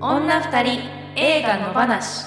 た二人映画の話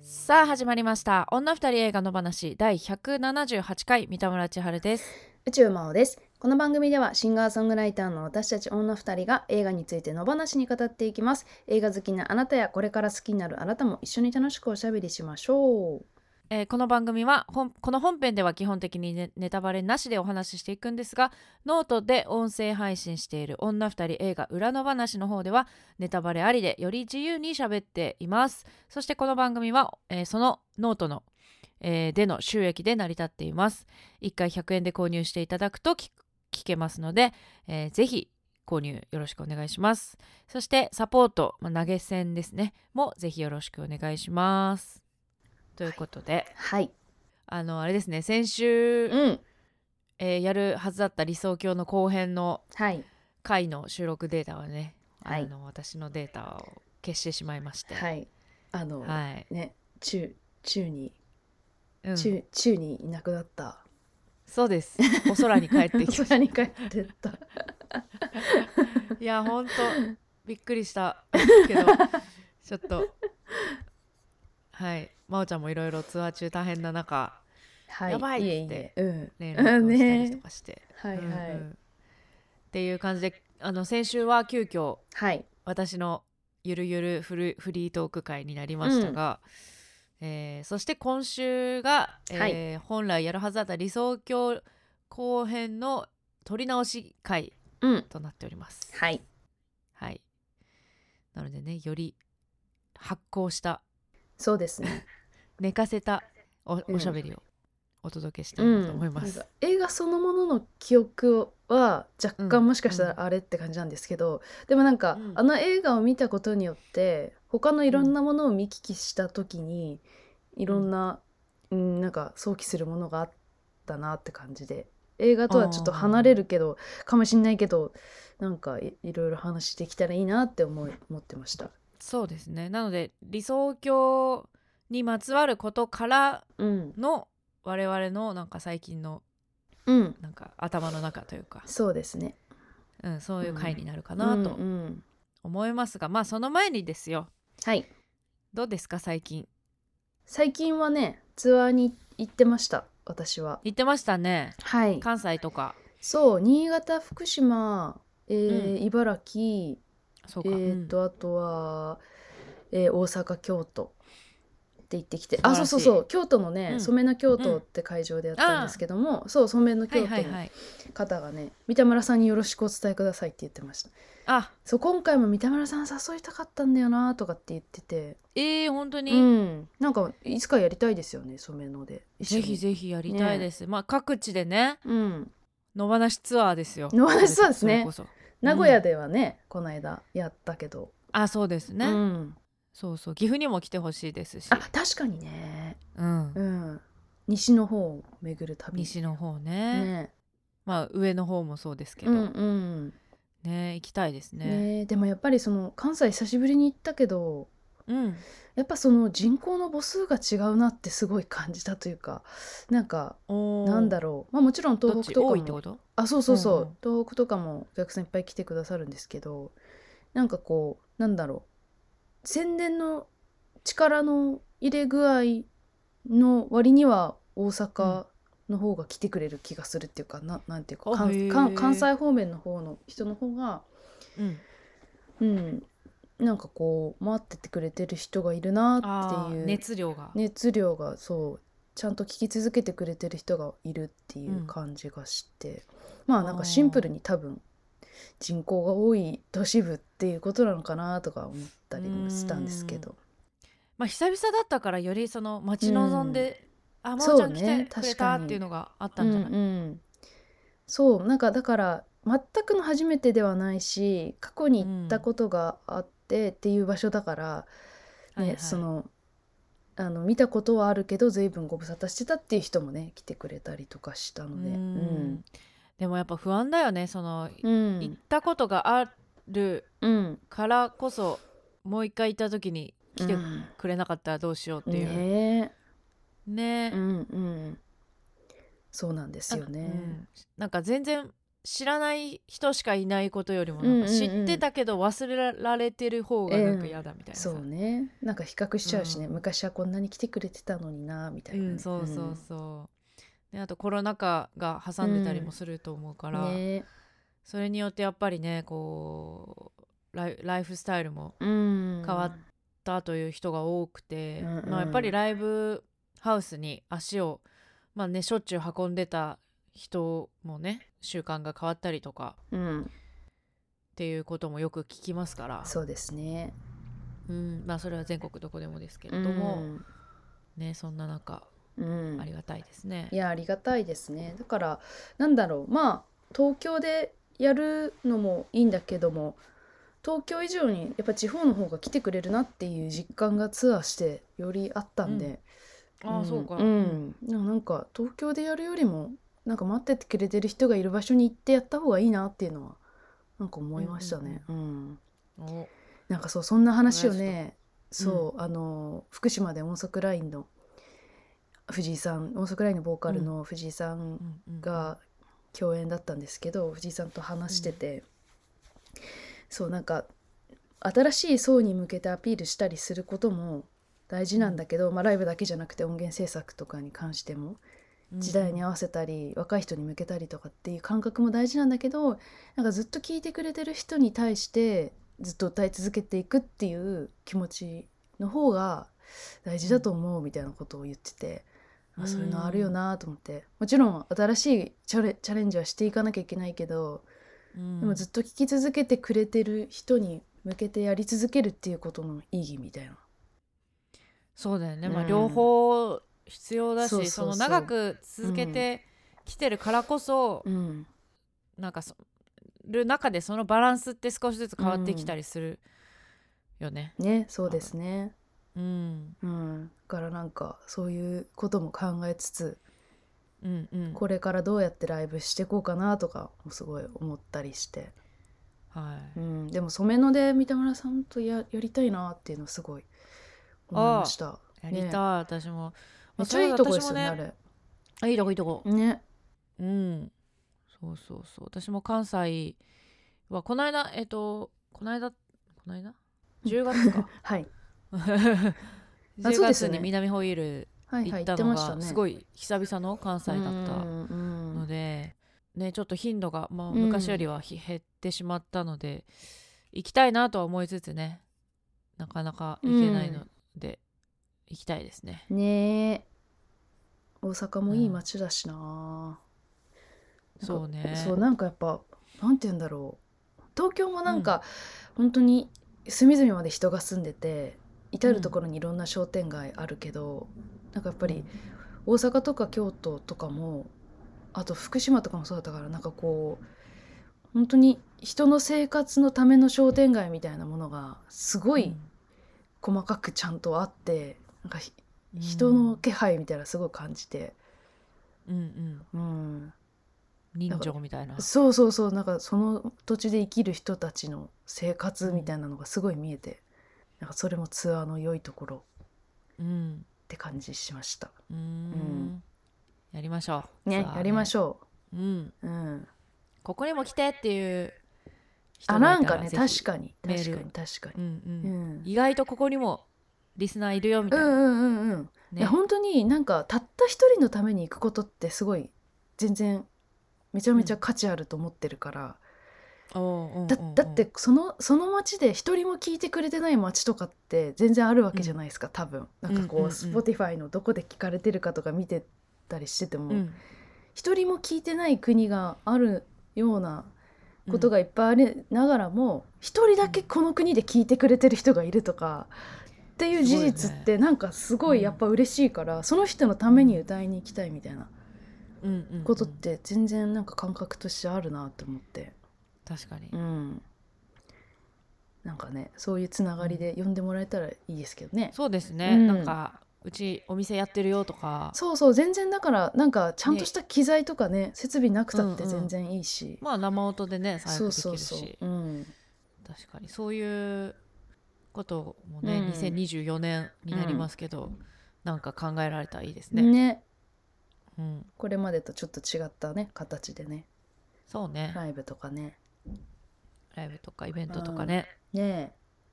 さあ始まりました女二人映画の話第178回三田村千春です宇宙魔王ですこの番組ではシンガーソングライターの私たち女2人が映画について野放しに語っていきます映画好きなあなたやこれから好きになるあなたも一緒に楽しくおしゃべりしましょうえーこの番組は本この本編では基本的にねネタバレなしでお話ししていくんですがノートで音声配信している女二人映画裏の話の方ではネタバレありでより自由に喋っていますそしてこの番組は、えーそのノートの、えーでの収益で成り立っています1回100円で購入していただくと聞聞けますので、えーぜひ購入よろしくお願いしますそしてサポート、まあ投げ銭ですねもぜひよろしくお願いしますということで、はいあのあれですね先週、うんえーやるはずだった理想郷の後編のはい回の収録データはね、はいあの私のデータを消してしまいまして、はいいあの、はいね中中にうん中、中にいなく なったそうですお空に帰ってき まおし空に帰ってったたいやほんとびっくり したけどちょっとはい真央ちゃんもいろいろツアー中大変な中はいやばいっつってええうん連絡をしたりとかして、はいはい、うんうんっていう感じであの先週は急遽はい私のゆるゆるフルフリートーク会になりましたが、えーそして今週が、えー本来やるはずだった理想郷後編の撮り直し会うんとなっております。はいはい、なのでねより発酵したそうですね寝かせたおうんおしゃべりをお届けしたいなと思いまうんすなん。か映画そのものの記憶は若うん干もしかしたらあれって感じなんですけど、でもなんか、うんあの映画を見たことによって他のいろんなものを見聞きした時に、いろんな、うん、なんか想起するものがあったなって感じで映画とはちょっと離れるけどかもしんないけどなんかいいろいろ話できたらいいなって思い思ってました。そうですねなので理想郷にまつわることからうん、の我々のなんか最近のうん、なんか頭の中というか、そうですね。うん、そういう回になるかなとうんうん思いますが、まあその前にですよはいどうですか最近最近はねツアーに行ってました私は。行ってましたねはい、関西とかそう新潟福島、えーう茨城そうか、えーうんとあとは、えー大阪京都って行ってきて素晴らあしいそうそうそう京都のね、うん染めの京都って会場でやったんですけども、そう染めのは京い都はいのはい方がね、三田村さんによろしくお伝えくださいって言ってましたあそう今回も三田村さん誘いたかったんだよなとかって言ってて、えー、本当に、うん、なんかいつかやりたいですよね染めので一ぜ緒にひぜひやりたいです、まあ各地でねうん、野放しツアーですよ野放しツアーですねそれこそ名古屋ではね、この間やったけど、あそうですね、うん、そうそう岐阜にも来てほしいですしあ、確かにねうんう、ん西の方を巡る旅西の方ねねまあ上の方もそうですけど、うんうんね行きたいですねねでもやっぱりその関西久しぶりに行ったけどうんやっぱその人口の母数が違うなってすごい感じたというかなんかおーなんだろうまあもちろんど東っ北ちと多かいってこもとあそうそうそうう、ん東北とかもお客さんいっぱい来てくださるんですけどなんかこうなんだろう宣伝の力の入れ具合の割には大阪の方が来てくれる気がするっていうか、ななんていうかあ関へー関関西方面の方の人の方がうんうんなんかこう回ってってくれてる人がいるなあってーいう熱量が、熱量がそうちゃんと聞き続けてくれてる人がいるっていうんう感じがして、まあなんかシンプルに多分人口が多い都市部っていうことなのかなとか思ったりもしたんですけどまあ、久々だったからよりその待ち望んで、あまそおうちゃん来ねてくれ確たかっにていうのがあっうたんんじゃない、うんそうなんかだから全くの初めてではないし過去に行ったことがあってっていう場所だから、ねはいはいそのあの見たことはあるけど随分ご無沙汰してたっていう人もね来てくれたりとかしたうので。んでもやっぱ不安だよねその、うん行ったことがあるうん、からこそもう一回行った時に来てうんくれなかったらどうしようっていう、ねねえうんうんそうなんですよねうんなんか全然知らない人しかいないことよりもなんかうんうんうん知ってたけど忘れられてる方がなんか嫌だみたいなさ、そうねなんか比較しちゃうしね、うん昔はこんなに来てくれてたのになみたいうな、ん、そうそうそう、であとコロナ禍が挟んでたりもすると思うから、ねそれによってやっぱりねこうライライフスタイルもうん変わっだという人が多くて、うんうんまあ、やっぱりライブハウスに足を、まあね、しょっちゅう運んでた人もね習慣が変わったりとかうんっていうこともよく聞きますからそうですねうんまあ、それは全国どこでもですけれども、ね、そんな中うん、うんありがたいですねい。やありがたいですねだからなんだろうまあ東京でやるのもいいんだけども東京以上にやっぱ地方の方が来てくれるなっていう実感がツアーしてよりあったんで、ああそうか、うん、うんなんか東京でやるよりもなんか待っててくれてる人がいる場所に行ってやった方がいいなっていうのはなんか思いましたね。うんおなんかそうそんな話をねそう、あの福島で音速ラインの藤井さん音速ラインのボーカルの藤井さんうんうんが共演だったんですけど藤井さんと話してて、そうなんか新しい層に向けてアピールしたりすることも大事なんだけど、まあ、ライブだけじゃなくて音源制作とかに関しても時代に合わせたり、若い人に向けたりとかっていう感覚も大事なんだけどなんかずっと聞いてくれてる人に対してずっと歌い続けていくっていう気持ちの方が大事だと思うみたいなことを言ってて、うんあそういうのあるよなと思ってもちろん新しいチャレチャレンジはしていかなきゃいけないけど、うんでもずっと聞き続けてくれてる人に向けてやり続けるっていうことの意義みたいな。そうだよね、まあ、うん両方必要だし、そうそうそそうの長く続けてきてるからこそ、うん、なんかそる中でそのバランスって少しずつ変わってきたりするよね。ねそうですね。うん、うん、だからなんかそういうことも考えつつうん、うん。これからどうやってライブしていこうかなとかもすごい思ったりして、はい。うん、でも染めので三田村さんとややりたいなっていうのすごい思いましたやりたい、ね私も。めっちゃいいとこですよね私もあいいとこいいとこあ。れねうん。そうそうそう。私も関西はこの間えっ、とこの間この間10月 か。はい10あそうです月よねに南ホイールはい行はいっ行たってのましたがねすいごい久々の関西だったうんうんので、ね、ちょっと頻度が、まあ、うん昔よりはひ、減ってしまったので行きたいなとは思いつつねなかなか行けないので、行きたいですね。ねえ大阪もいい街だしな,、なんかそうねそうなんかやっぱなんて言うんだろう東京もなんか、本当に隅々まで人が住んでて至る所にいろんな商店街あるけど、なんかやっぱり大阪とか京都とかもあと福島とかもそうだったからなんかこう本当に人の生活のための商店街みたいなものがすごういん細かくちゃんとあって、なんかひ人の気配みたいなのすごい感じて、うんうんうん、人情みたいな。そうそうそうなんかその土地で生きる人たちの生活みたいなのがすごい見えて、なんかそれもツアーの良いところうんって感じしましたうーんうんやりましょう。ねやりましょう。うん、う、うん、ここにも来てっていう人あがないんたからねぜひ確かにメ確ールかに確かうに、んううんん、意外とここにもリスナーいるよみうたいんな。うんうんうんいねや本当になんかたった一人のために行くことってすごい全然めちゃめちゃ価値あると思ってるから、おうおうおうおうだだってそのその町で一人も聞いてくれてない町とかって全然あるわけじゃないですか、多分なんかこう、うんうんうん Spotify のどこで聞かれてるかとか見てたりしててうもん一、人も聞いてない国があるようなことがいっぱいありながらも一、人だけこの国で聞いてくれてる人がいるとかっていう事実ってなんかすごいやっぱ嬉しいから、その人のために歌いに行きたいみたいなうんうんうんことって全然なんか感覚としてあるなと思って。確かにうん、なんかねそういうつながりで呼んでもらえたらいいですけどね、そうですね、うんなんかうちお店やってるよとかそうそう全然だからなんかちゃんとした機材とかね設備なくたって全然いいし、まあ生音でね再そ復うできそるうしそう、うん、確かにそういうこともね、うん2024年になりますけど、なんか考えられたらいいですねね、うんこれまでとちょっと違ったね形でねそうね、ライブとかねライブとかイベントとかね、ね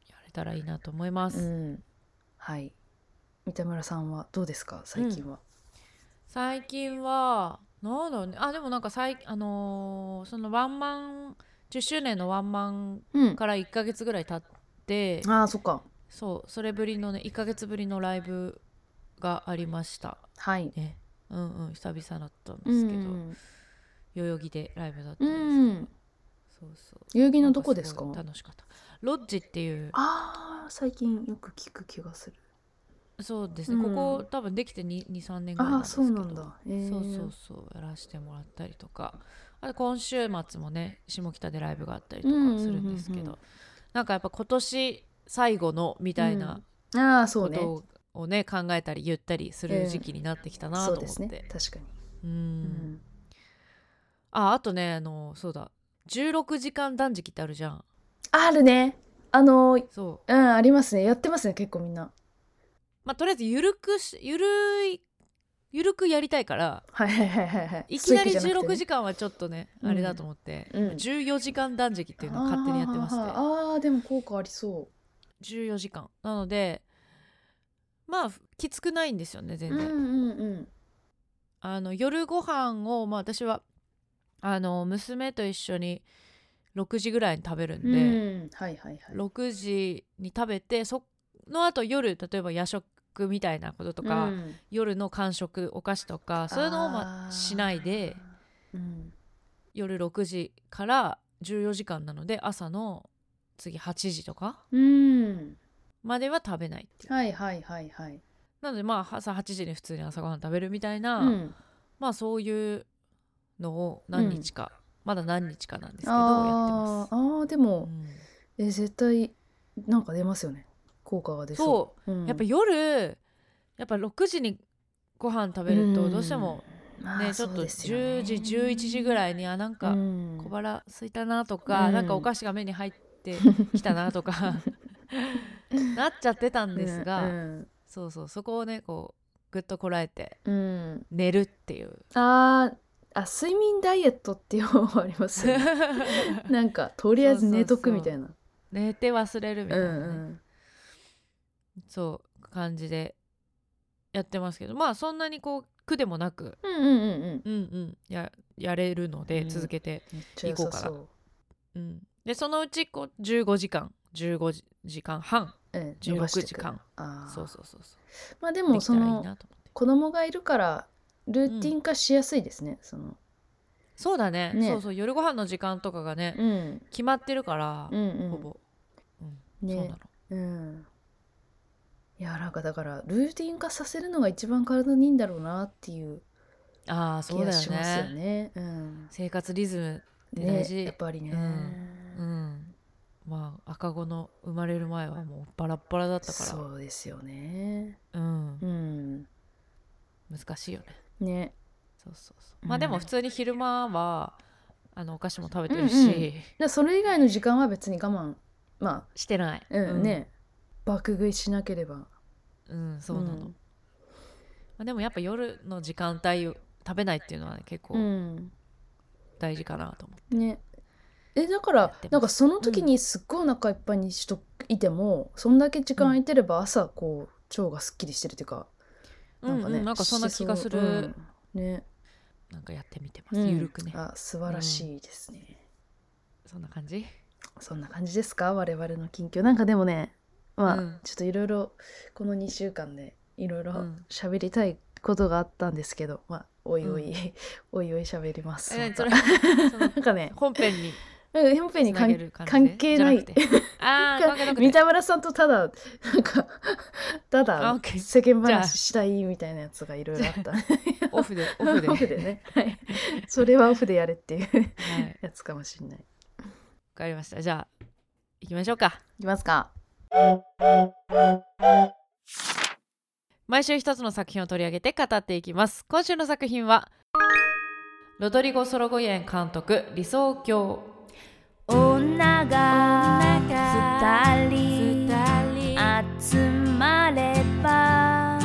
やれたらいいなと思いまえす、うんはい三田村さんはどうですか最近は、最近はなんだろうねあでもなんか最あのーそのワンマン10周年のワンマンうんから1ヶ月ぐらい経ってああそっかそうそれぶりのね1ヶ月ぶりのライブがありましたはいねうんうん久々だったんですけど、うん代々木でライブだったんうですけど、んそうそう代々木のどこですかなんごい楽しかったロッジっていうああ最近よく聞く気がするそうですね、うんここ多分できて23年ぐらいあなあんーですそけどうなんだ、えーそうそうそうやらせてもらったりとかあと今週末もね下北でライブがあったりとかするんですけど、うんうんうんうんなんかやっぱ今年最後のみたいなああそこうねとをね考えたり言ったりする時期になってきたなとそ思っうて、ですね確かに、うんうんああとねあのそうだ16時間断食ってあるじゃんあるねあのーそううんありますねやってますね結構みんなまあとりあえずゆるくしゆるいゆるくやりたいからはいはいはいはいはい いきなりスイッチじゃなくて16ね時間はちょっとね、うんあれだと思って、うん14時間断食っていうのを勝手にやってまして、あーあーでも効果ありそ14時間なのでまあきつくないんですよねう全うん然、うんうんあの夜ご飯をまあ私はあの娘と一緒に6時ぐらいに食べるうんで、んはいはいはい6時に食べてその後夜例えば夜食みたいなこととか、うん夜の間食お菓子とかそういうのをまああーしないでうん夜6時から14時間なので朝の次8時とかうんまでは食べないっていうはいはいはいはいなのでまあ朝8時に普通に朝ごはん食べるみたいな、うんまあそういうのを何日か、まだ何日かなんですけどやってあま、ーあーですうもんえ絶対なんか出ますよね効果が出そそううんうやっぱ夜やっぱ6時にご飯食べるとどうしてもまあね、ちょっそとうですよね10時11時ぐらいにあなんかうん小腹空いたなとか、うんなんかお菓子が目に入ってきたなとかなっちゃってたんですが、うんそうそうそこをねこうぐっとこらえてうん寝るっていうあーあ睡眠ダイエットっていう方法ありま すよねなんかとりあえず寝とくみたいな寝て忘れるみたいな、ねうんそう感じでやってますけどまあそんなにこう苦でもなく、うんうんうんうんうんうん、ややれるのでうん続けて、めっちゃ良さそ行ううん、でそのうちこう15時間15時間半ええ伸ばして16いく時間あーそうそうそうそまあでうもできたそらいいのなと思って子供がいるからルーティン化しやすいですね、その、そうだねねそうそう夜ご飯の時間とかがね、うん、決まってるからう、んうんほぼ、うんそうなねのうんいやなんかだからルーティン化させるのが一番体にいいんだろうなっていうああそう気がだしよますよねねうん生活リズムね大事やっぱりね、うんうんまあ赤子の生まれる前はもうバラッバラだったからそうですよねうんう、ん難しいよねねそうそうそうまあでうもん普通に昼間はあのお菓子も食べてるうんし、うんでそれ以外の時間は別に我慢ましてない、あ、うんね爆食いしなければうんそうなの、んまあ、でもやっぱ夜の時間帯を食べないっていうのはね、結う構ん大事かなと思って、ねえだかやっらてますなんかその時にすっごいお腹いっぱいにしといても、そんだけ時間空いてれば朝こう腸がすっきりしてるっていうか、うんうんなんかそんな気がする、してそううんね、なんかやってみてまうす、んゆるくねあ素晴らしいですね、そんな感じそんな感じですか我々の近況なんかでもねまあ、うんちょっといろいろこの2週間でいろいろうん喋りたいことがあったんですけどまあおいおい、う おいおい喋りますえまそたれなそのんかね本編にうん本編につな関げる感じ関係ないじゃくてああ関係なくて 三田村さんとただなんかたあだ OK 世間話したいみたいなやつがいろいろあったオフでオフで オフでね、はい、それはオフでやれっていう はいわやつかもしれないかりましたじゃあ行きましょうかいきますか毎週一つの作品を取り上げて語っていきます今週の作品はロドリゴ・ソロゴイエン監督「理想郷女が二人」集まれば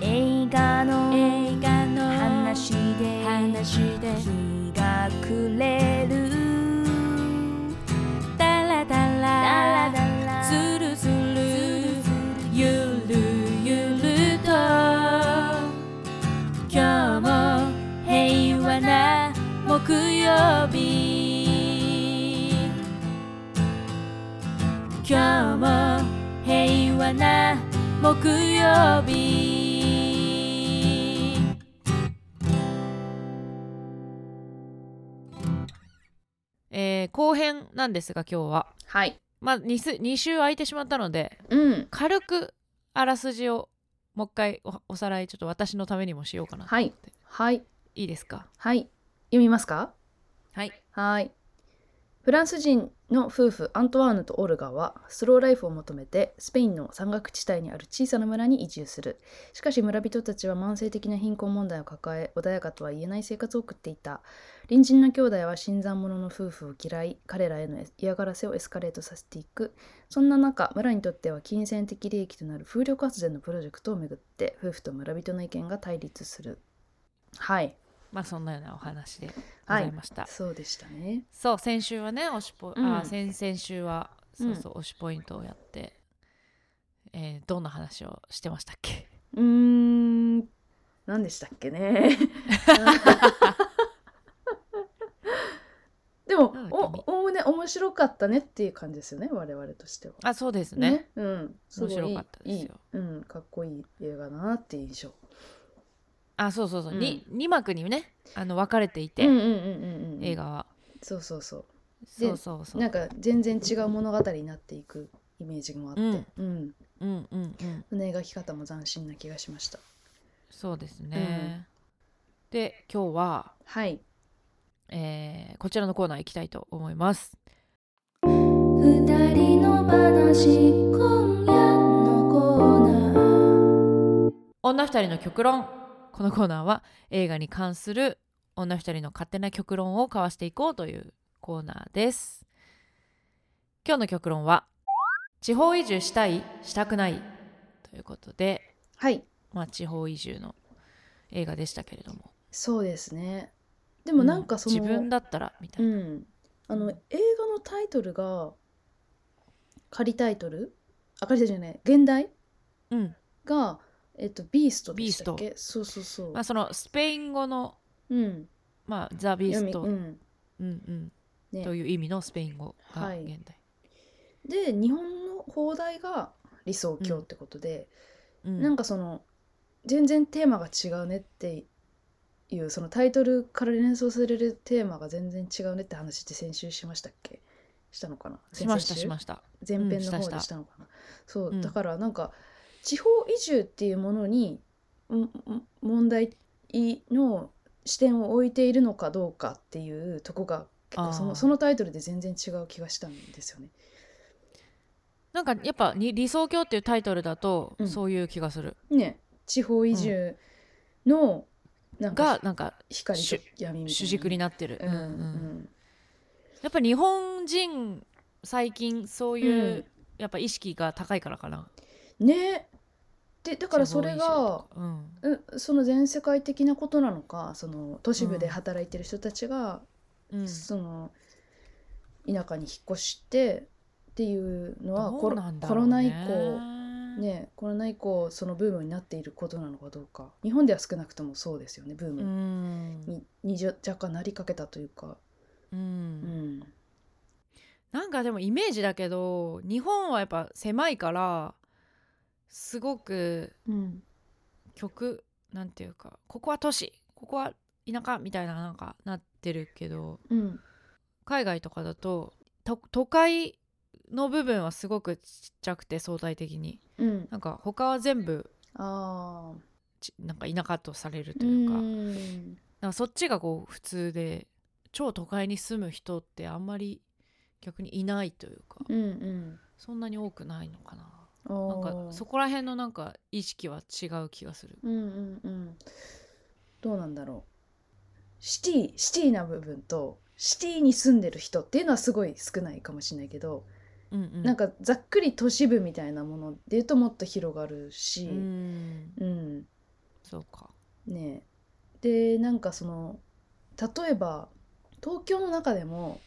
映画の話で気がくれるダラダラズルズルゆるゆると今日も平和な木曜日今日も平和な木曜日えー後編なんですが今日は、はい。まあ、2, す2週空いてしまったのでうん。軽くあらすじをもう一回おおさらいちょっと私のためにもしようかなとはい思って、はい。いいですかはい。読みますかはいはい。フランス人の夫婦アントワーヌとオルガはスローライフを求めてスペインの山岳地帯にある小さな村に移住するしかし村人たちは慢性的な貧困問題を抱え穏やかとは言えない生活を送っていた隣人の兄弟は新参者の夫婦を嫌い彼らへの嫌がらせをエスカレートさせていくそんな中村にとっては金銭的利益となる風力発電のプロジェクトをめぐって夫婦と村人の意見が対立するはいまあそんなようなお話でございました、そうでしたねそう先週はね推しポ、うんあ先々週はそうそう、推しポイントをやって、えーどんな話をしてましたっけうーん何でしたっけね でもなんだっけおおおむね面白かったねっていう感じですよね我々としては。あそうですねうん、すごい面白かったですよいいうん、かっこいい映画だなっていう印象。あそうそうそう、うんに二 2, 幕にねあの分かれていて、うんうんうんうんうん、映画はそうそうそでそうそうそううなんか全然違う物語になっていくイメージもあって、うんうんうんうんうんその描き方も斬新な気がしました。そうですね、で今日は、はい、えーこちらのコーナー行きたいと思います二人の話今夜のコーナー女二人の極論このコーナーは映画に関する女二人の勝手な極論を交わしていこうというコーナーです今日の極論は地方移住したいしたくないということで、はい、まあ、地方移住の映画でしたけれどもそうですね。でもなんかその、うん自分だったらみたいうな、ん、あの映画のタイトルが仮タイトルあ仮タイトルじゃない現代うんが、えっと、ビーストでしたっけそうそうそう、まあ、そのスペイン語の、うんまあ、ザ・ビー読スみト、うんうんうんねという意味のスペイン語がはい現代、で日本の放題が理想郷ってことで、うんなんかその全然テーマが違うねっていうそのタイトルから連想されるテーマが全然違うねって話って先週しましたっけしたのかなしました先々週しました前う編んしのた方したでしたのかな、そう、うんだからなんか地方移住っていうものにんん問題の視点を置いているのかどうかっていうとこが結構あそーのそのタイトルで全然違う気がしたんですよね。なんかやっぱに「理想郷」っていうタイトルだとうんそういう気がする、ね地方移住のなんかがなんか光と主闇みたいな主軸になってる、うんううんうんんやっぱ日本人最近そういう、うんやっぱ意識が高いからかなねでだだからそれが、うんうん、その全世界的なことなのかその都市部で働いてる人たちがうん、その田舎に引っ越してっていうのはどコうロなんだコろロうナ以ね降ねコロナ以降そのブームになっていることなのかどうか日本では少なくともそうですよねブーうムん、に,、にじょ若干なりかけたというか、う、うんん、なんかでもイメージだけど日本はやっぱ狭いからすごくうん曲なんていうかここは都市ここは田舎みたいななんかなってるけどうん海外とかだとと都会の部分はすごくちっちゃくて相対的にうん、なんか他は全部ああちなんか田舎とされるとういうかんなんかそっちがこう普通で超都会に住む人ってあんまり逆にいないというかうんうんそんなに多くないのかな。あーなんかそこら辺のなんか意識は違う気がする。うんうんうんどうなんだろうシティシティな部分とシティに住んでる人っていうのはすごい少ないかもしれないけど、うんうん、なんかざっくり都市部みたいなものでいうともっと広がるし、うんうんそうか。ねえでなんかその例えば東京の中でも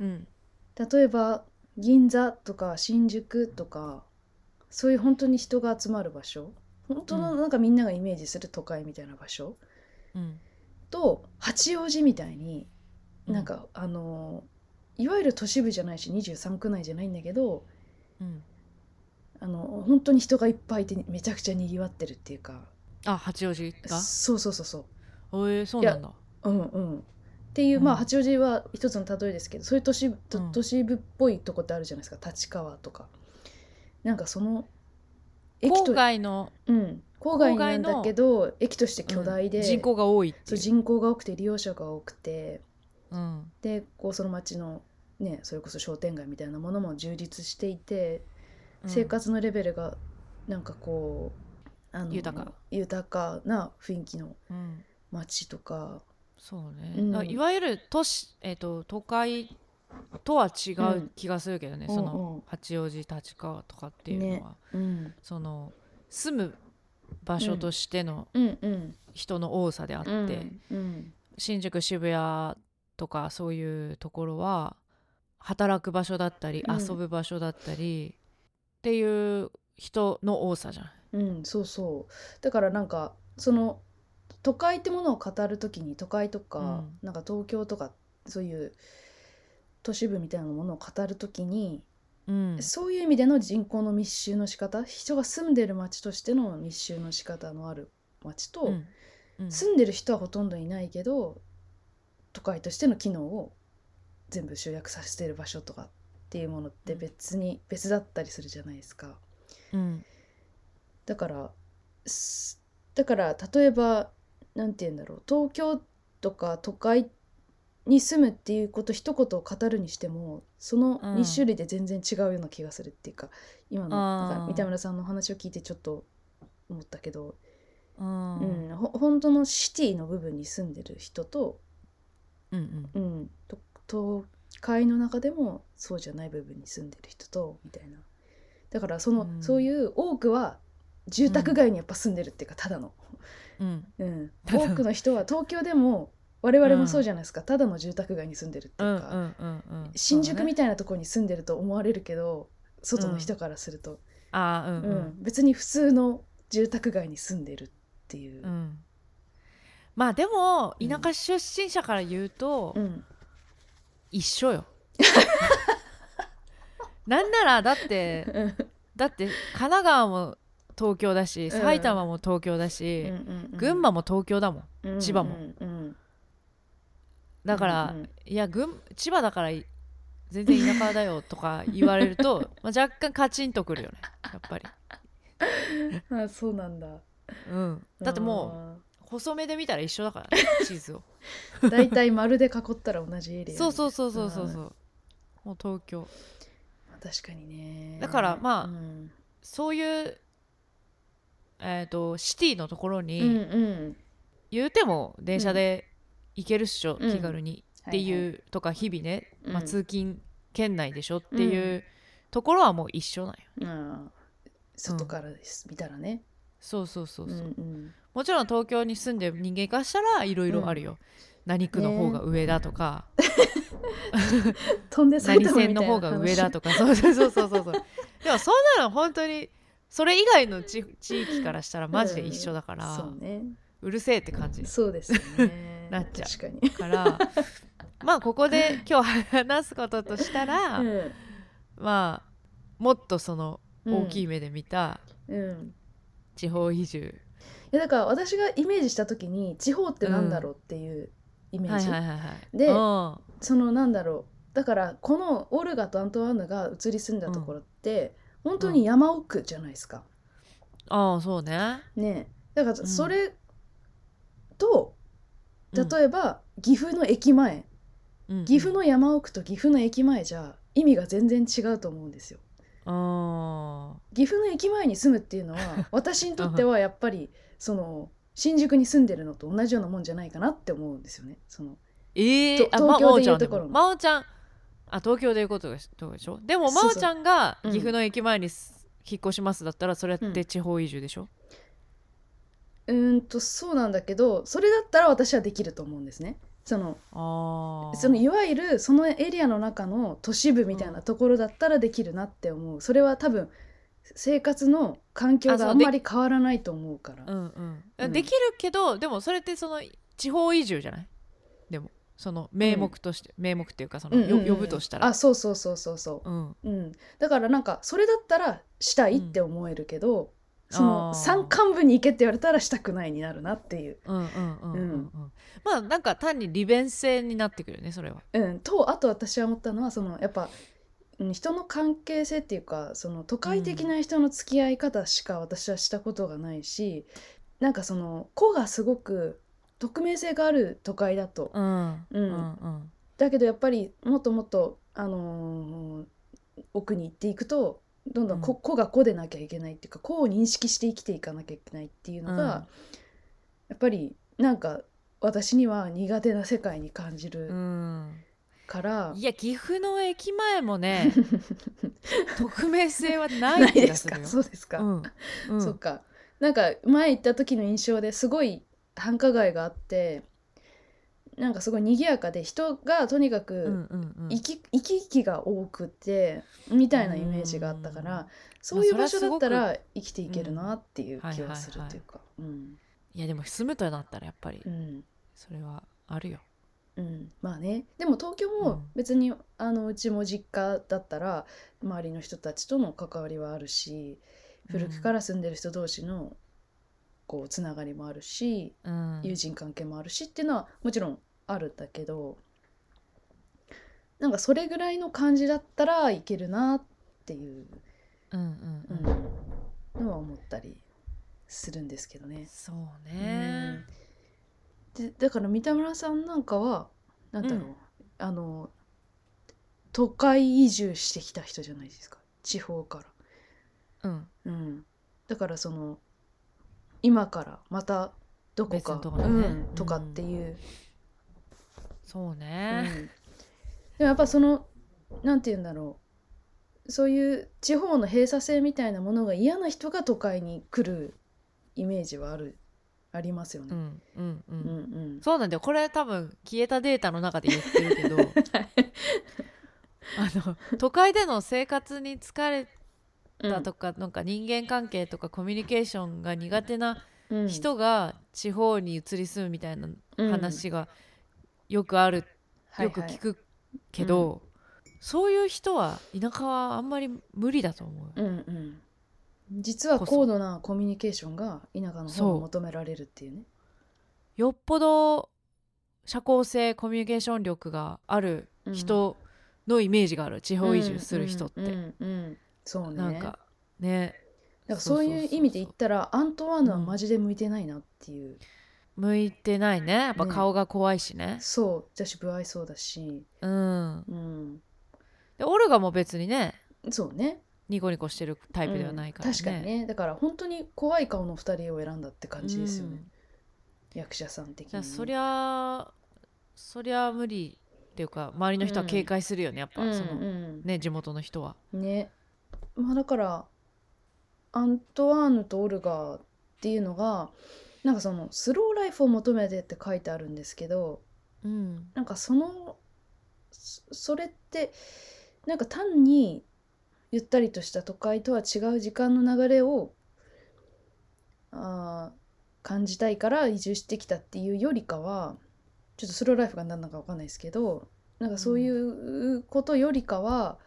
うん例えば銀座とか新宿とかそういう本当に人が集まる場所本当のうなんかみんながイメージする都会みたいな場所うんと八王子みたいにうんなんか、あのいわゆる都市部じゃないし23区内じゃないんだけどうんあの本当に人がいっぱいいてめちゃくちゃにぎわってるっていうかあ八王子がそうそうそうそうえー、そうなんだうんうんっていう、うんまあ八王子は一つの例えですけどそういう都市とうん都市部っぽいとこってあるじゃないですか立川とかなんかその郊と外のうん、郊外なんだけど駅として巨大で、うん人口が多いっていそうう人口が多くて利用者が多くてうんでこうその町の、ね、それこそ商店街みたいなものも充実していてうん生活のレベルがなんかこうあの豊か豊かな雰囲気のうん街とかそうね、うんだからいわゆる都市、えー、と都会とは違う気がするけどね、うんそうんうんの八王子立川とかっていうのは、うんその住む場所としてのうんうん人の多さであって、うん新宿渋谷とかそういうところは働く場所だったりうん遊ぶ場所だったり、っていう人の多さじゃん。うん、そうそうだからなんかその都会ってものを語る時に都会とか、うんなんか東京とかそういう都市部みたいなものを語る時に、うん、そういう意味での人口の密集の仕方人が住んでる町としての密集の仕方のある町と、うんうん住んでる人はほとんどいないけど都会としての機能を全部集約させてる場所とかっていうものって別に、別だったりするじゃないですか。うんだからすだから例えばなんて言うんだろう東京とか都会に住むっていうこと一言を語るにしてもそのうん2種類で全然違うような気がするっていうか、今のあーなんか三田村さんのお話を聞いてちょっと思ったけど、うんううんんほ本当のシティの部分に住んでる人と、うんうん、と都会の中でもそうじゃない部分に住んでる人とみたいなだからその、うんそういう多くは住宅街にやっぱ住んでるっていうか、ただの。うんうん、ただ多くの人は東京でも我々もそうじゃないですか、ただの住宅街に住んでるってういんうか、うんうんうん新宿みたたいなところに住んでると思われるけど外の人からすると、あーううんんうん別に普通の住宅街に住んでるっていう。うんまあでもうん田舎出身者から言うと、うん一緒よ なんならだ ってうんだって神奈川も東京だしん埼玉も東京だうし、ん群馬も東京だもんうん千葉もうんうんだから、うんうんいや群千葉だからい全然田舎だよとか言われる とまあ若干カチンとくるよねやっぱり、うんあそうなんだうん、だってもう細目で見たら一緒だから、 ね、地図をうだいたい丸で囲ったら同じエリアそうそうそうそうそうそうもう東京確かにねだからまあうんそういう、えー、とシティのところに、うんうん言うても電車で行けるっしょ、うん気軽にっていう、はいはとか日々ね、うんまあ、通勤圏内でしょっていうところはもう一緒なんよ。うん外からです、見たらねそうそうそうそう、うんもちろん東京に住んでる人間からしたらいろいろあるよ、何区の方が上だとか、うん、飛んで埼何玉みたい線なの方が上だとかそうそうそうそうそうそうでもそんなの本当にそれ以外の地地域からしたらマジで一緒だから、話そうねうるせえって感じそうですよね なっちゃう確かに、から まあここで今日話すこととしたら、まあもっとそのうん大きい、目で見たうん、地方移住、いやだから私がイメージした時に地方ってなんだろうっていうイメーはいジ、はいはいはいでうんそのなんだろうだからこのオルガとアントワーヌが移り住んだところって、本当に山奥じゃないですか、ああそうねねだからんそれと、うん例えば岐阜の駅前うん岐阜の山奥と岐阜の駅前じゃ意味が全然違うと思うんですよあ岐阜の駅前に住むっていうのは 私にとってはやっぱりその新宿に住んでるのと同じようなもんじゃないかなって思うんですよね。そのええー、とあま東京まおでちゃいうんでところもまおちゃんあ東京でいうことがしどうでしょでもそうまそうおちゃんがうん岐阜の駅前にす引っ越しますだったらそれって地方移住でしょ、うーんとそうなんだけどそれだったら私はできると思うんですね。そのああそのいわゆるそのエリアの中の都市部みたいなところだったらできるなって思うそれは多分生活の環境あそうがあんまり変わらないと思うからうんうんえ、うんできるけどでもそれってその地方移住じゃないでもその名目として、名目っていうかその、うんうんうんよ呼ぶとしたらあそうそうそうそうそうんう、うん、だからなんかそれだったらしたいって思えるけど、そあーの山間部に行けって言われたらしたくないになるなっていう、うんうんうんうんうん、うまあなんか単に利便性になってくるよねそれはうん、とあと私は思ったのはそのやっぱうん人の関係性っていうかその都会的な人の付き合い方しか私はしたことがないし、なんかその子がすごく匿名性がある都会だと、うんうんんだけどやっぱりもっともっと、あのー奥に行っていくとどんどん子,、うん子が子でなきゃいけないっていうか子を認識して生きていかなきゃいけないっていうのが、うんやっぱりなんか私には苦手な世界に感じうるんから。いや岐阜の駅前も ね匿名性はなないい気でがすするかよそうですか、うんうんそっかなんか前行った時の印象ですごい繁華街があってなんかすごい賑やかで人がとにかうんくうんうん行き,、行き来が多くてみたいなイメージがあったかうんらそういうまあ場そ所れはすだごっくたら生きていけるなっていう気うんはするというかうんいやでも住むとなったらやっぱりうんそれはあるようんまあねでも東京うもん別にあのうちも実家だったら周りの人たちとの関わりはあるし古くから住んでる人同士のこうつながりもあるしうん友人関係もあるしっていうのはもちろんあるんだけどなんかそれぐらいの感じだったらいけるなっていう、うんうんううんんのは思ったりするんですけどね。そうね。うんでだから三田村さんなんかはなんだろう、うんあの都会移住してきた人じゃないですか地方から。うん。うん、だからその今からまたどこ別かのとこにねうんとかっていう、そううんね。でもやっぱそのなんて言うんだろうそういう地方の閉鎖性みたいなものが嫌な人が都会に来るイメージはあるありますようね。んうんう。う んんそうなんだよ。これ多分消えたデータの中で言ってる けど、あの都会での生活に疲れうんたとか、なんか人間関係とかコミュニケーションが苦手なうん人が地方に移り住むみたいな話がよくある、よく聞く、くけど、そういう人は田舎はあんまり無理だと思う。うんうん、実はこそ高度なコミュニケーションが田舎の方が求められるっていうね。よっぽど社交性コミュニケーション力がある人のイメージがある、地方移住する人って、うんうんうんそうねなんかねだからそういう意味で言ったらアントワーヌはマジで向いてないなっていう、向いてないねやっぱね顔が怖いしねそう私不愛想だしうんうんでオルガも別にねそうねニコニコしてるタイプではないからね、うん確かにねだから本当に怖い顔の2人を選んだってうん感じですよね、役者さん的じゃあにねそりゃそりゃ無理っていうか周りの人は警戒するよね、やっぱ、うんそのうんね地元の人はねまあだからアントワーヌとオルガーっていうのがなんかそのスローライフを求めてって書いてあるんですけどうんなんかそのそそれってなんか単にゆったりとした都会とは違う時間の流れをあー感じたいから移住してきたっていうよりかはちょっとスローライフが何なのか分かんないですけどなんかそういうことよりかは、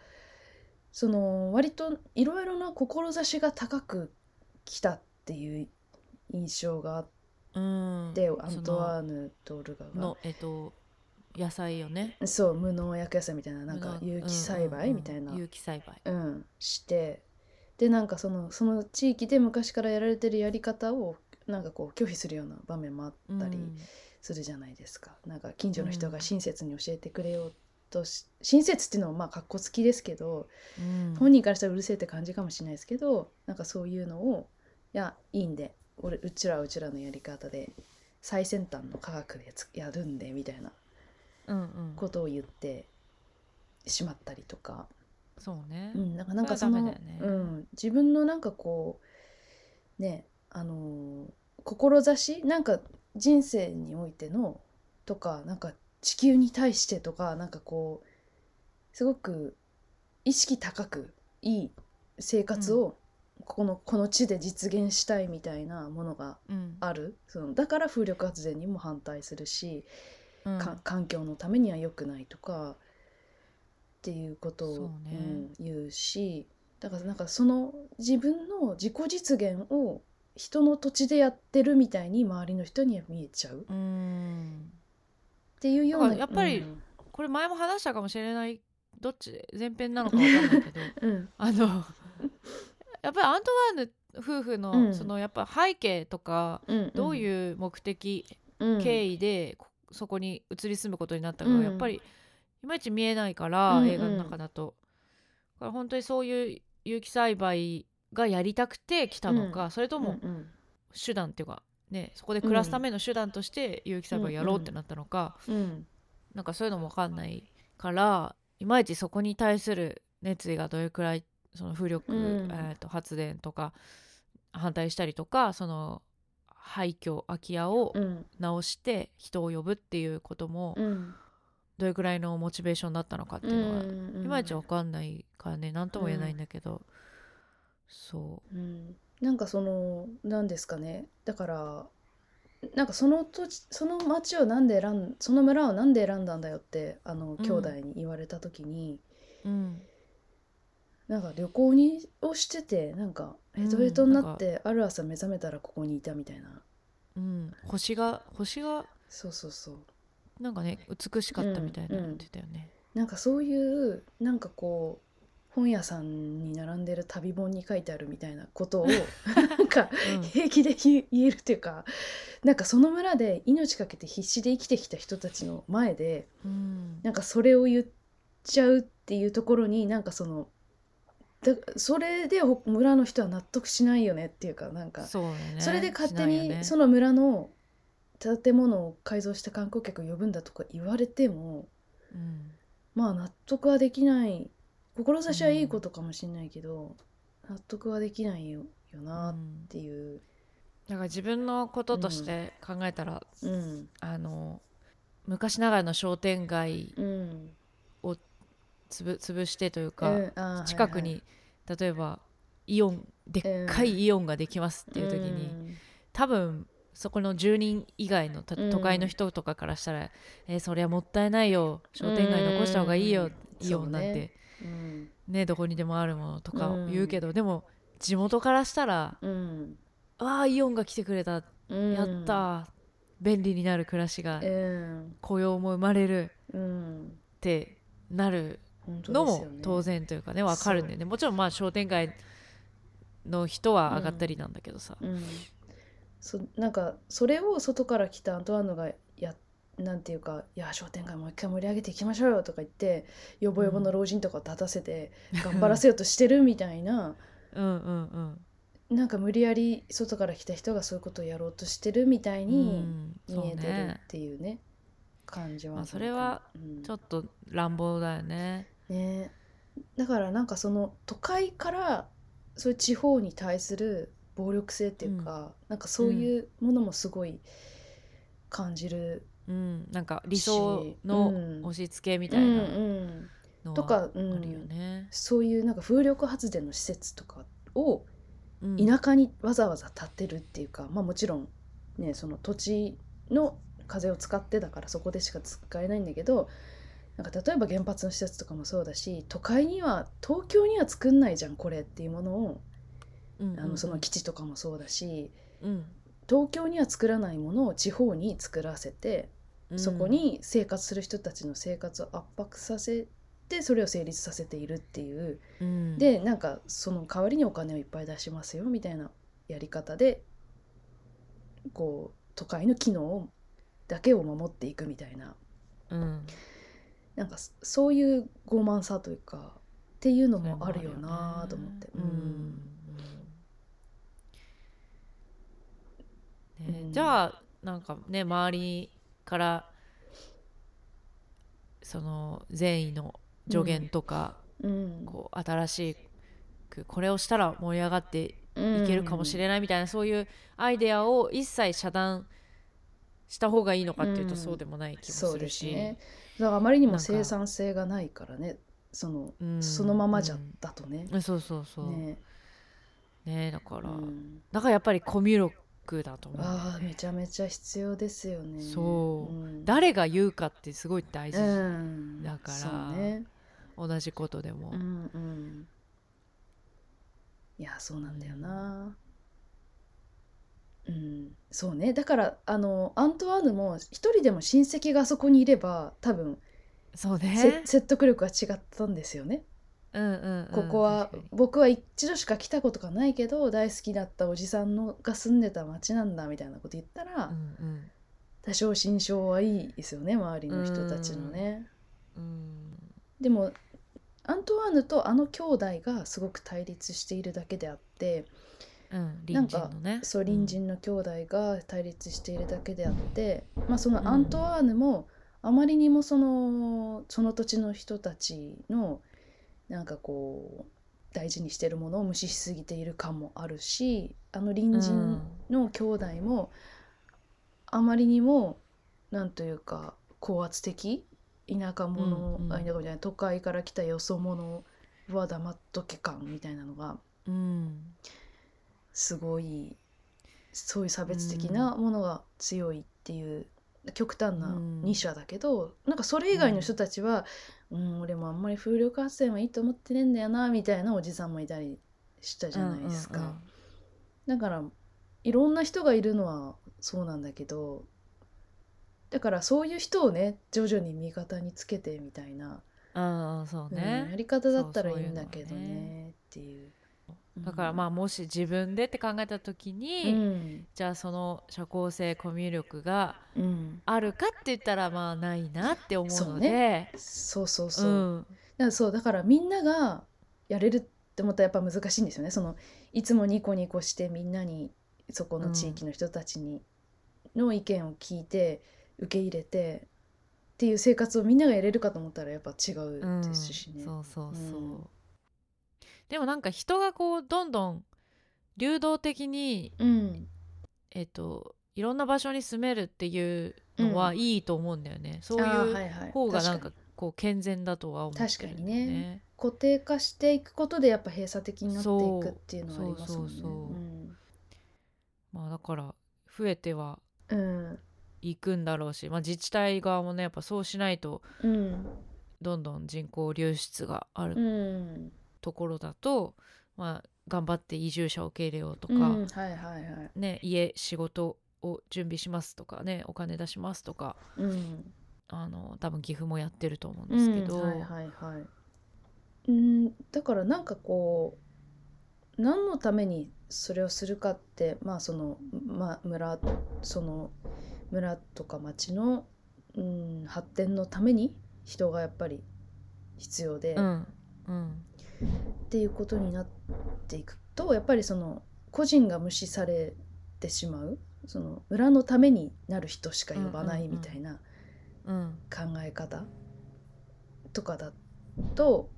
その割といろいろな志が高く来たっていう印象があっうんて、アそンのトワーヌとオルガが。のえっと野菜よねそう無農薬野菜みたいななん無か農有機うん栽うんうん培みたいな、うん有機栽培してでなんかそのその地域で昔からやられてるやり方をなんかこう拒否するような場面もあったりうんするじゃないですか、なんか近所の人うがん親切に教えてくれようとし親切っていうのはまあかっこつきですけど、うん本人からしたらうるせえって感じかもしれないですけどなんかそういうのをいやいいんで俺うちらはうちらのやり方で最先端の科学でやつやるんでみたいなうんうんことを言ってしまったりとか、そうね、うん、なんかなんかそそれはのダメだよねうん、自分のなんかこうねあのー志なんか人生においてのとかなんか地球に対してとかなんかこうすごく意識高くいい生活をこのこの地で実現したいみたいなものがうんあるそのだから風力発電にも反対するし、うんか環境のためには良くないとかっていうことそうを、ねうん、言うしだからなんかその自分の自己実現を人の土地でやってるみたいに周りの人には見えちゃうっうんていうようだかならやっぱりうんこれ前も話したかもしれないどっち前編なのかわかんないけどうんあのやっぱりアントワーヌ夫婦の、うんそのやっぱ背景とかうんうんどういう目的、うん経緯でこそこに移り住むことになったかうがんやっぱりいまいち見えないから、うんうん映画の中だと。だから本当にそういう有機栽培がやりたくて来たのか、それともうん手段っていうか、ね、そこで暮らすための手段として有機栽培をやろうってなったのか、うんうんなんかそういうのも分かんないからいまいちそこに対する熱意がどれくらいその風力、うんえーと発電とか反対したりとかその廃墟空き家をうん直して人を呼ぶっていうこともうんどれくらいのモチベーションだったのかっていうのはうんいまいちわかんないからね何とも言えないんだけどそうん、なんかその何ですかねだからなんかその土地その町をなんで選んその村をなんで選んだんだよってあの兄弟に言われた時に、ううんなんか旅行にをしててなんかうんヘトヘトになってある朝目覚めたらここにいたみたいなうん星が星がそうそうそうなんかね美しかったみたいなの言ってたよね。なんかそういうなんかこう本屋さんに並んでる旅本に書いてあるみたいな ことをなんかうん平気で言えるっていうかなんかその村で命かけて必死で生きてきた人たちの前でうんなんかそれを言っちゃうっていうところになんかそのだそれでほ村の人は納得しないよねっていうかなんかそ,、そうだねれで勝し手ないよねにその村の建物を改造した観光客を呼ぶんだとか言われてもうんまあ納得はできない志はいいことかもしれないけど、納得はできないよよなうっんていう。だから自分のこととして考えたら、うんあの昔ながらの商店街うんつぶ潰してというか、うんあー近くはいに、例えばイオンでっかいイオンができますっていうはい時に、多分そこの住人以外のたうん都会の人とかからしたら、えーそりゃもったいないよ商店街残した方がいいよ、うんイオンなんてそうねうんどこにでもあるものとかうん言うけど、でも地元からしたらうん「ああイオンが来てくれたうんやったー、便利になる暮らしが、うん雇用も生まれる」うんってなる本当のですもよね当然というかねわかるんでねもちろんまあ商店街の人は上がったりなんだけどさ、うんそなんかそれを外から来たアントワーヌがやなんていうか「いや商店街もう一回盛り上げていきましょうよ」とか言ってヨボヨボの老人とかを立たせて頑張らせようとしてるみたいな うん、うんうんなんか無理やり外から来た人がそういうことをやろうとしてるみたいうんにそう見えてるねっていうね感じはまああるのかなそれはうんちょっと乱暴だよねねだからなんかその都会からそういう地方に対する暴力性っていうか、なんかそういうものもすごい感じるうんなんか理想うのん押し付けみみたいなうんのとはか、うんあるよね、そういうなんか風力発電の施設とかをうん田舎にわざわざ建てるっていうか、まあもちろんねその土地の風を使ってだからそこでしか使えないんだけどなんか例えば原発の施設とかもそうだし都会には東京には作んないじゃんこれっていうものをうんあのその基地とかもそうだしうん東京には作らないものを地方に作らせてうんそこに生活する人たちの生活を圧迫させてそれを成立させているっていううんでなんかその代わりにお金をいっぱい出しますよみたいなやり方でこう都会の機能をだけを守っていくみたいなうんなんかそそういう傲慢さというかっていうのそれもあるよねなと思って。うんうんねうんじゃあなんかね周りからその善意の助言とか、うんこう新しくこれをしたら盛り上がってうんいけるかもしれないみたいな、そういうアイデアを一切遮断した方がいいのかっていうとうんそうでもない気もそすうるですし、ねだからあまりにもなんか生産性がないからねそのうんそのままじゃだとねうんそうそうそうねねだから、うんだからやっぱりコミュ力だと思う、あーめちゃめちゃ必要ですよねそううん誰が言うかってすごい大事、うんだからそうね同じことでも、うんうんいやそうなんだよなうんそうねだからあのアントワーヌも一人でも親戚があそこにいれば多分そうせね説得力が違ったんですよねうんうんうん、ここは確かに僕は一度しか来たことがないけど大好きだったおじさんのが住んでた町なんだみたいなこと言ったらうん多少心象はいいですよね周りの人たちのねうんうんでもアントワーヌとあの兄弟がすごく対立しているだけであってうん、な隣んか人のねそう隣人の兄弟が対立しているだけであってまあそのアントワーヌもあまりにもそのその土地の人たちのなんかこう大事にしてるものを無視しすぎている感もあるしあのう隣ん人の兄弟もあまりにもなんというか高圧的田舎者、うんうんあ田舎者じゃない都会から来たよそ者は黙っとけ感みたいなのがうんすごいそういう差別的なものが強いっていう、極端なうん2社だけど、なんかそれ以外の人たちは、うん、俺もあんまり風力発電はいいと思ってねえんだよなみたいなおじさんもいたりしたじゃないですか。うんうんうんだからいろんな人がいるのはそうなんだけどだからそういう人をね徐々に味方につけてみたいな、うんうんそううんやね、り方だったらいいんだそうそういけうどのはねねっていう。だからまあもし自分でって考えた時あに、うんじゃあその社交性コミュ力がうん、あるかって言ったらまあないなって思うそうのでねそうそうそう。んだからそうだからみんながやれるって思ったらやっぱ難しいんですよねそのいつもニコニコしてみんなにそこの地域の人たちに、の意見を聞いて受け入れてっていう生活をみんながやれるかと思ったらやっぱ違うですしね。そうそうそう、うんでもなんか人がこうどんどん流動的にうんえっといろんな場所に住めるっていうのうはんいいと思うんだよね、そうあーいはういはい方が確なんかかにこう健全だとは思ってるんだよ確かにね固定化していくことでやっぱ閉鎖的になっていくっていうのはありますもんね。そうそうそうまあだから増えてはうんうんいくんだろうし、まあ、自治体側もねやっぱそうしないとうんどんどん人口流出があるうんところだと、まあ頑張って移住者を受け入れようとか、うんはいはいはい。ね、家仕事を準備しますとかねお金出しますとかうんあの多分岐阜もやってると思うんですけど、うん、はいはいはいうんだからなんかこう何のためにそれをするかってまあその、ま、村その村とか町の、うん、発展のために人がやっぱり必要で、うっんうんていうことになっていくとやっぱりその個人が無視されてしまうその村のためになる人しか呼ばないみたいなうん考え方とかだと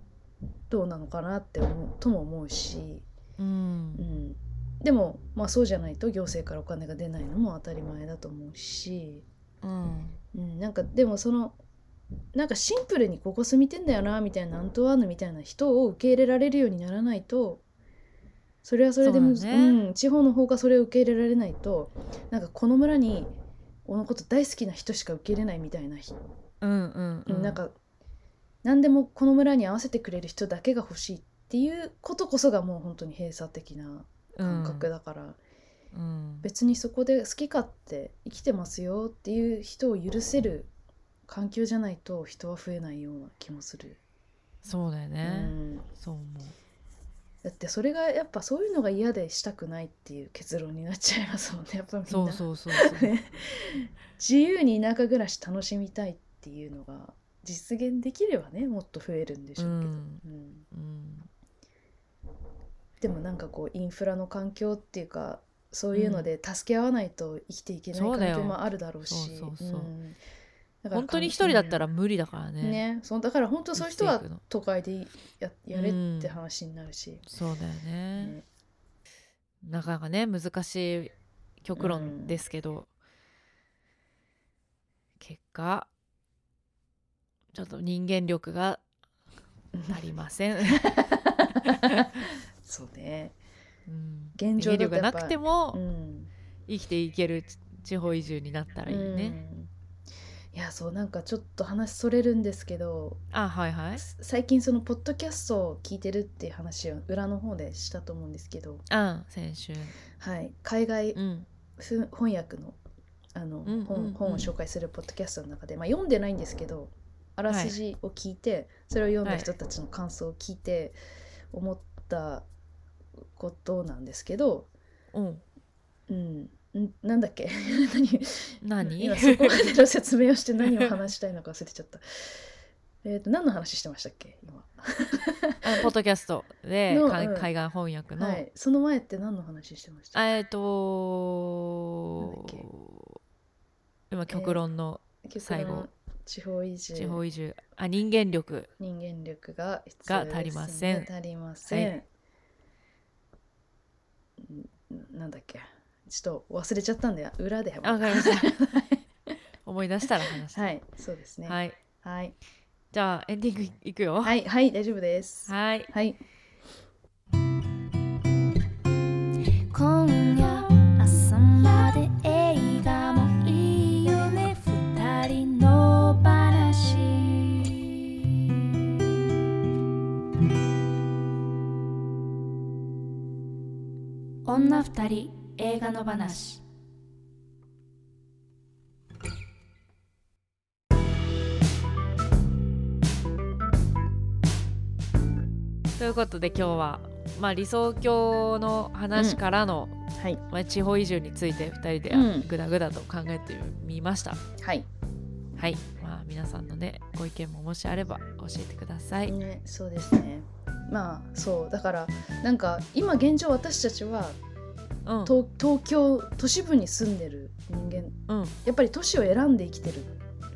どうなのかなって思うとも思うし、ううんん、でも、まあ、そうじゃないと行政からお金が出ないのも当たり前だと思うし、うんうん、なんかでもそのなんかシンプルにここ住みてんだよなみたいなアントワーヌみたいな人を受け入れられるようにならないとそれはそれでむずそうだねうん、地方の方がそれを受け入れられないとなんかこの村にこのこと大好きな人しか受け入れないみたいな人うんうんうんなんか何でもこの村に合わせてくれる人だけが欲しいっていうことこそがもう本当に閉鎖的な感覚だから、うん別にそこで好き勝手生きてますよっていう人を許せる環境じゃないと人は増えないような気もする。そうだようね、ん、そう思うだってそれがやっぱそういうのが嫌でしたくないっていう結論になっちゃいますもんねやっぱみんなそうそうそうそう、ね 自由に田舎暮らし楽しみたいっていうのが実現できればねもっと増えるんでしょうけど。うんうんうん、でもなんかこうインフラの環境っていうかそういうので助け合わないと生きていけないそう環だよ境もあるだろうしそうそうそううんだから本当に一人だったら無理だからうね,、んねそうだから本当そういう人は生きていくの都会でややれうんって話になるし、そうだようね、んなかなかね難しい極論ですけど、結果ちょっと人間力がありません、 そうね。うん現状人間力だとやっぱがなくてもうん。生きていける地方移住になったらいいね、うん。いやそうなんかちょっと話それるんですけど、あはいはいす最近そのポッドキャストを聞いてるっていう話を裏の方でしたと思うんですけど、あ先週はい、海外うんふ翻訳のあの、うんうんう本ん本を紹介するポッドキャストの中で、まあ、読んでないんですけどあらすじを聞いて、それを読んだ人たちの感想を聞いて思ったことなんですけど、うんうん、んなんだっけ 何何今そこまでの説明をして何を話したいのか忘れちゃった。 えー、と何の話してましたっけ今、 あのポッドキャストで、のかうん海岸翻訳の、はい、その前って何の話してましあたえっ、となんだ今っけ極論の結最後地方移住地方移住、あ人間力人間力が必が要足りませんですね足りません、はんなんだっけちょっと忘れちゃったんで裏であわかりました 思い出したら話して、はいそうですねはい、はいじゃあエンディングいいくよ、はいい、はい、大丈夫ですははいい今夜朝まで映画もいいよね二人の話女二人映画の話ということで今日は、まあ、理想郷の話からの、はいまあ、地方移住について2人でうんぐだぐだと考えてみました、はい、はい、まあ、皆さんのねご意見ももしあれば教えてください、ね、そうですねまあそうだからなんか今現状私たちはうん東東京都市部に住んでる人間うんうんやっぱり都市を選んで生きてる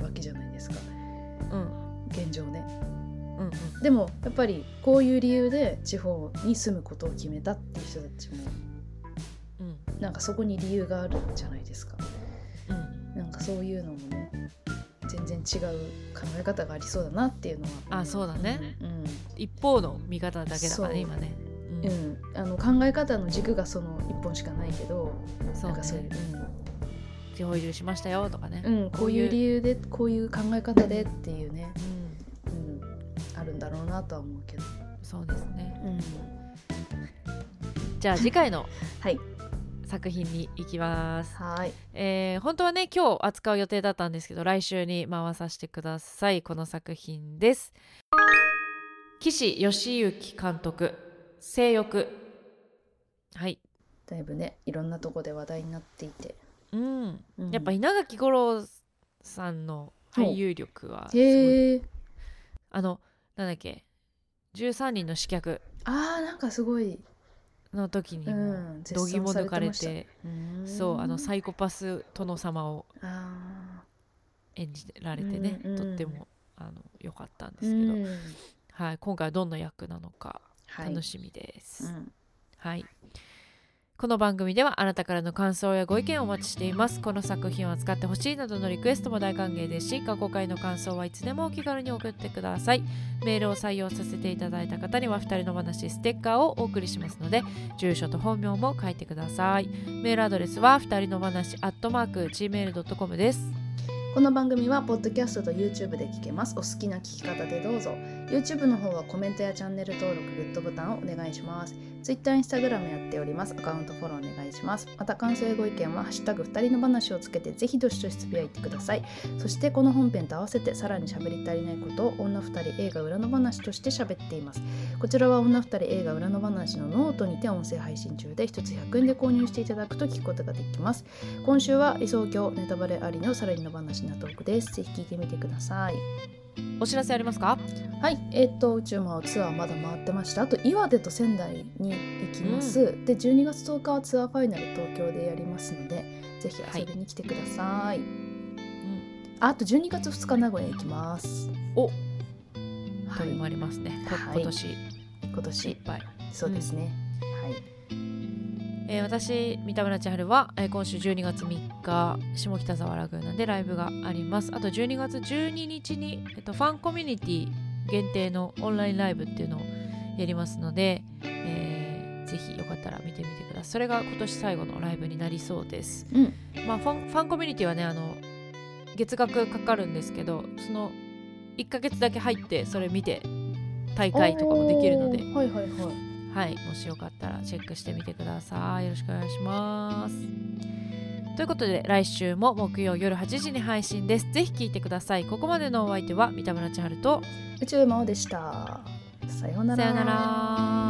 わけじゃないですかうん現状ねうんでもやっぱりこういう理由で地方に住むことを決めたっていう人たちもうんなんかそこに理由があるじゃないですかうんなんかそういうのもね全然違う考え方がありそうだなっていうのはあそうだねうん、一方の見方だけだからそうね今ねうんあの考え方の軸がその一本しかないけどうんそなうんかそういうね、地方移住しましたよとかねうんうん、こういう理由でこういう考え方でっていうね、うんうん、あるんだろうなとは思うけど、そうですねうん、じゃあ次回の はい作品に行きますはーいえー本当はね今日扱う予定だったんですけど来週に回させてくださいこの作品です岸義行監督「性欲」はいだいぶねいろんなとこで話題になっていて、うんうんやっぱ稲垣吾郎さんの俳優力はすごいへえあのなんだっけ13人の刺客あーなんかすごい、の時にうもん、度肝抜かれ絶賛さてましたそうあのサイコパス殿様をうーんあ演じられてねうんうんとってもあの良かったんでーすけどうんはい、今回はどんな役なのかはい楽しみです。うはい、んこの番組ではあなたからの感想やご意見をお待ちしています。この作品を扱ってほしいなどのリクエストも大歓迎ですし、過去回の感想はいつでもお気軽に送ってください。メールを採用させていただいた方には2人の話ステッカーをお送りしますので、住所と本名も書いてください。メールアドレスは2人の話アットマーク gmail.com です。この番組はポッドキャストと YouTube で聞けますお好きな聞き方でどうぞ YouTube の方はコメントやチャンネル登録グッドボタンをお願いします Twitter、Instagram やっておりますアカウントフォローお願いしますまた感想やご意見は「ハッシュタグ二人の話」をつけてぜひどしどしつぶやいてくださいそしてこの本編と合わせてさらに喋り足りないことを女二人映画裏の話として喋っていますこちらは女二人映画裏の話のノートにて音声配信中で1つ100円で購入していただくと聞くことができます今週は理想郷ネタバレありのさらにの話なトークですぜひ聞いてみてくださいお知らせありますかはいえっ、と宇宙魔王ツアーまだ回ってましたあと岩手と仙台に行きます、で12月10日はツアーファイナル東京でやりますのでぜひ遊びに来てください、うん。ああと12月2日名古屋行きますおはといもありますね。こはい今年い今年っぱい。そうですね、はいえー私三田村千春は、えー今週12月3日下北沢ラグーナでライブがありますあと12月12日に、えっとファンコミュニティ限定のオンラインライブっていうのをやりますので、えーぜひよかったら見てみてくださいそれが今年最後のライブになりそうですうんまあ、ファンファンコミュニティはねあの月額かかるんですけどその1ヶ月だけ入ってそれ見て大会とかもできるのでお、ーはいはいはいはい、もしよかったらチェックしてみてくださいよろしくお願いしますということで来週も木曜夜8時に配信ですぜひ聞いてくださいここまでのお相手は三田村千春と宇宙魔王でしたさようなさらよなら